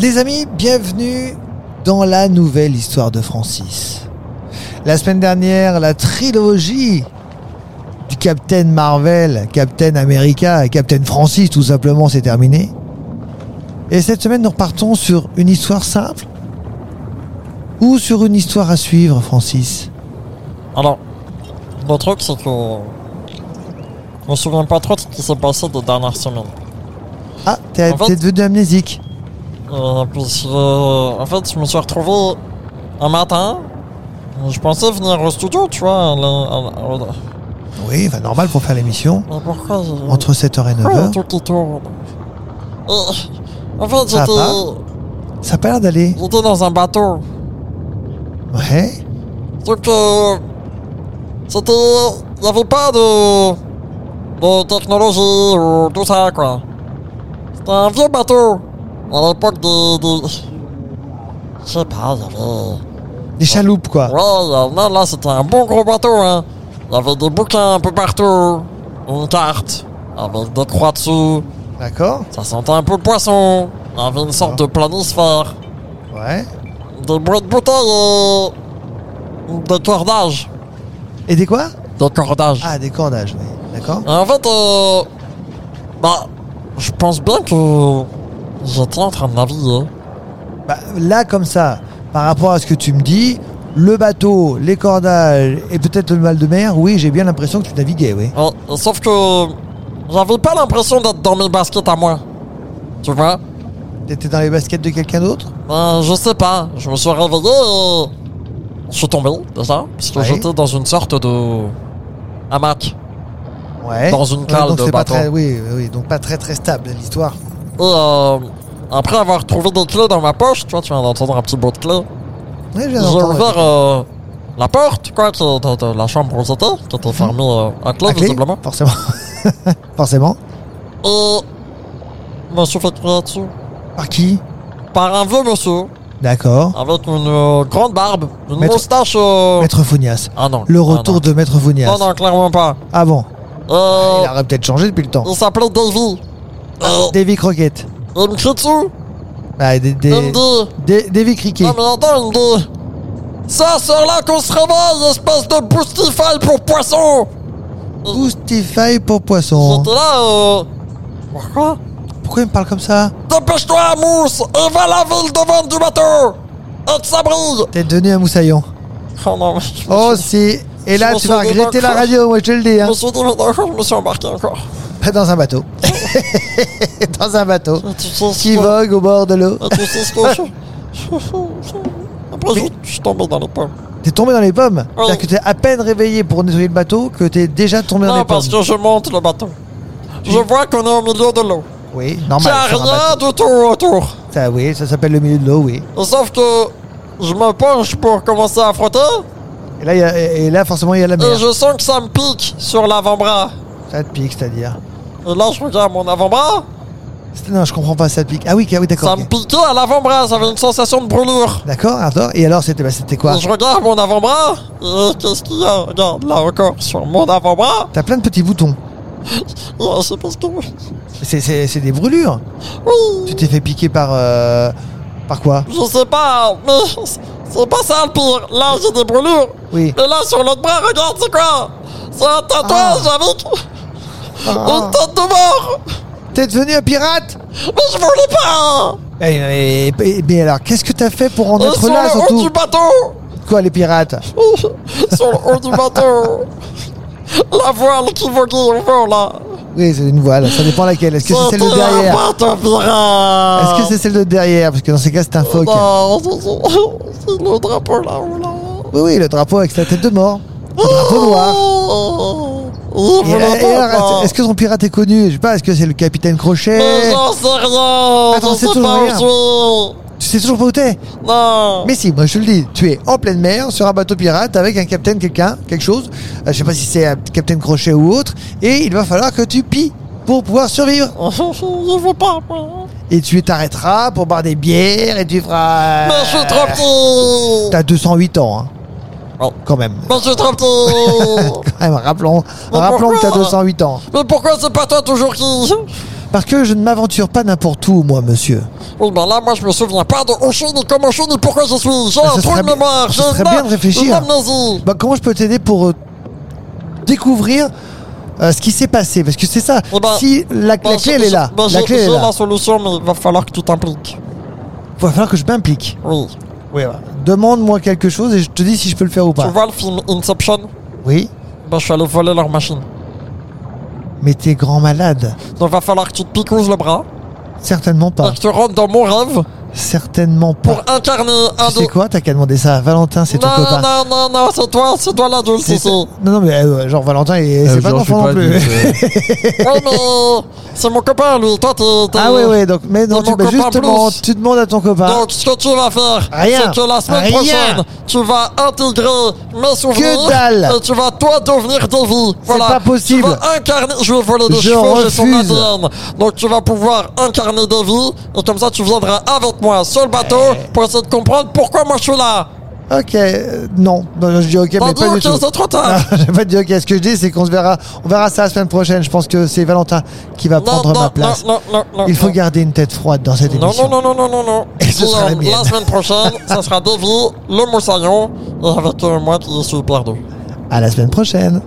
Les amis, bienvenue dans la nouvelle histoire de Francis. La semaine dernière, la trilogie du Captain Marvel, Captain America et Captain Francis tout simplement s'est terminée. Et cette semaine, nous repartons sur une histoire simple ou sur une histoire à suivre, Francis. Alors, le truc, c'est que. Je me souviens pas trop de ce qui s'est passé des dernières semaines. Ah, t'es En fait- t'es devenu amnésique. Euh, puis, euh, en fait, je me suis retrouvé un matin. Je pensais venir au studio, tu vois. à la- à la- Oui, enfin, normal pour faire l'émission. Mais pourquoi je- Entre 7h et pourquoi il y a 9h. tout qui tourne Et, En fait, Ça j'étais Ça a pas l'air d'aller. j'étais dans un bateau. Ouais. Donc, euh, c'était. Il n'y avait pas de. de technologie ou tout ça, quoi. C'était un vieux bateau. À l'époque des. des... Je sais pas, il y avait. Des chaloupes, quoi. Ouais, il y en a, là, c'était un bon gros bateau, hein. Il y avait des bouquins un peu partout. Une carte. Avec des croix dessus. D'accord. Ça sentait un peu le poisson. Il y avait une sorte de planisphère. Ouais. Des bruits de bouteilles et. des cordages. Et des quoi Des cordages. Ah, des cordages, oui. D'accord. Et En fait, euh, bah, je pense bien que j'étais en train de naviguer. Bah, là, comme ça, par rapport à ce que tu me dis, le bateau, les cordages et peut-être le mal de mer, oui, j'ai bien l'impression que tu naviguais, oui. Ouais, et Euh, sauf que j'avais pas l'impression d'être dans mes baskets à moi. Tu vois T'étais dans les baskets de quelqu'un d'autre Euh, Je sais pas. Je me suis réveillé et je suis tombé déjà, parce que Ouais. j'étais dans une sorte de hamac. Ouais. Dans une cale Ouais, donc de c'est pas bateau. très- oui, oui, oui, donc pas très très stable l'histoire. Et euh, après avoir trouvé des clés dans ma poche, tu vois, tu viens d'entendre un petit bout de clé. Ouais, je viens J'ai d'entendre. ouvert euh, la porte, quoi, qui- de, de la chambre où j'étais, qui était fermée euh, à clé, La clé, visiblement. forcément. forcément. Et. Je me suis fait crier dessus. Par qui Par un vieux monsieur, D'accord. avec une euh, grande barbe, une Maître- moustache. euh, Maître Founias. Ah non. Le retour de Maître Ah Founias. non. non, non, clairement pas. Ah bon Euh, Il aurait peut-être changé depuis le temps. il s'appelait Davy. Euh, Davy Crockett. il me crie dessus. Ah, des, des- Il me dit. des- Davy Cricket. Ah, Non, mais attends, il me dit. Ça, c'est là qu'on se réveille, espèce de boostify pour poisson. Boostify pour poisson. J'étais là, euh. Pourquoi Pourquoi il me parle comme ça Dépêche-toi, Mousse, et va à la ville devant du bateau. Et que ça brille. T'es devenu un moussaillon. Oh non, mais je me Oh suis- si Et là, Je tu vas m'en souviens regretter la encore. radio, moi je te le dis. Je Hein. me suis dit, mais d'accord, je me suis embarqué encore. Pas Dans un bateau. Dans un bateau Et Ah, tu sais ce qui que- vogue au bord de l'eau. et tu sais ce que je... Après, je, je suis tombé dans les pommes. T'es tombé dans les pommes. Oui. C'est-à-dire que t'es à peine réveillé pour nettoyer le bateau que t'es déjà tombé dans Non, les pommes. Ah, parce que je monte le bateau. Je Ah, vois qu'on est au milieu de l'eau. Oui, Il n'y normal. a sur un rien bateau. du tout autour. Ça, oui, ça s'appelle le milieu de l'eau, oui. Sauf que je me penche pour commencer à frotter Et là, il y a- et là forcément, il y a la et mer. je sens que ça me pique sur l'avant-bras. Ça te pique, c'est-à-dire. Et là, je regarde mon avant-bras. C'est- Non, je comprends pas, ça te pique. Ah oui, ah oui d'accord. Ça ok. me piquait à l'avant-bras. J'avais une sensation de brûlure. D'accord, d'accord. Et alors, c'était bah, c'était quoi Et je regarde mon avant-bras. et Qu'est-ce qu'il y a Regarde, là encore, sur mon avant-bras. T'as plein de petits boutons. Oh, c'est parce que. Oui, C'est- C'est c'est des brûlures. Tu t'es fait piquer par. euh, par quoi je sais pas, mais c'est pas ça le pire. Là, j'ai des brûlures. Oui. Et là, sur l'autre bras, regarde, c'est quoi C'est un tatouage Ah. avec une tête de mort. T'es devenu un pirate Mais je voulais pas. Eh, eh, eh, Mais alors, qu'est-ce que t'as fait pour en Et être Oh, sur là le haut surtout du bateau. Quoi, les pirates sur le haut du bateau. La voile qui voguait au vent, là. Oui, c'est une voile. Ça dépend laquelle. Est-ce que c'est celle de C'était un derrière bateau pirate. Est-ce que c'est celle de derrière Parce que dans ces cas, c'est un phoque. Non, c'est- c'est c'est le drapeau là-haut, là. Oui, oui, le drapeau avec sa tête de mort. Le drapeau noir. Oh, il Et, voulait et pas, alors, quoi. est-ce est-ce que son pirate est connu Je sais pas, est-ce que c'est le capitaine Mais Crochet j'en sais rien. Euh, Attends, je c'est sais toujours pas où rien. je Tu sais toujours pas où t'es suis. Non. Mais si, moi je te le dis, tu es en pleine mer sur un bateau pirate avec un capitaine, quelqu'un, quelque chose, euh, je sais pas si c'est un capitaine crochet ou autre, et il va falloir que tu pilles pour pouvoir survivre. je veux pas, moi. Et tu t'arrêteras pour boire des bières et tu feras. euh, Mais je suis trop petit. T'as 208 ans, hein. Oh. Quand même. Mais je suis trop petit. Quand même, rappelons, Mais rappelons que t'as pourquoi 208 ans. Mais pourquoi c'est pas toi toujours qui Parce que je ne m'aventure pas n'importe où, moi, monsieur. Oui, ben là, moi, je me souviens pas de Oshun ni comme Oshun ni pourquoi je suis. J'ai Ah, un ça trou serait de bien- mémoire. ça J'ai serait une- bien de réfléchir. Une amnésie. Bah, comment je peux t'aider pour euh, découvrir euh, ce qui s'est passé Parce que c'est ça. Eh ben, si la, la Ben, clé, j'ai- elle est j'ai- là. ben, la j'ai- clé, elle est J'ai là. la solution, mais il va falloir que tu t'impliques. Il va falloir que je m'implique. Oui. Oui, voilà. Demande-moi quelque chose et je te dis si je peux le faire ou Tu pas. vois le film Inception Oui, Ben, je suis allé voler leur machine. mais t'es grand malade. Donc, va falloir que tu te picouzes le bras Certainement et pas. que tu rentres dans mon rêve Certainement Oh. pour pas. incarner un Ah. Tu sais de. quoi T'as qu'à demander ça à Valentin, c'est ton non, non, copain. non, non, non, c'est toi, c'est toi l'adulte C'est- ici. Non, Oui, non, mais euh, genre Valentin, il- c'est pas euh, ton frère non plus. mais Oh, c'est mon copain, lui. Toi, t'es. t'es- Ah oui, oui, donc, mais non, C'est tu, mon bah, copain justement, plus. tu demandes à ton copain Donc, ce que tu vas faire, Rien. c'est que la semaine Rien. prochaine, tu vas intégrer mes souvenirs. Que dalle. Et tu vas, toi, devenir Davy. Voilà. pas possible. Tu vas incarner. Je vais voler des Je chevaux, j'ai son refuse. ADN. Donc, tu vas pouvoir incarner Davy. Et comme ça, tu viendras avec moi sur le bateau Eh. pour essayer de comprendre pourquoi moi je suis là. Ok, euh, non. Non, non, je dis ok, T'as mais dit, pas du ok, tout. Ah. c'est trop tard. Non, J'ai pas dit ok. Ce que je dis, c'est qu'on se verra. On verra ça la semaine prochaine. Je pense que c'est Valentin qui va Non, prendre non, ma non, place. non, non, non. Il faut non. garder une tête froide dans cette Non, émission. non, non, non, non, non, non. Et ce sera la Guillaume, mienne. semaine prochaine, ça sera Davy, le moussaillon, et avec euh, moi qui suis perdu. À la semaine prochaine.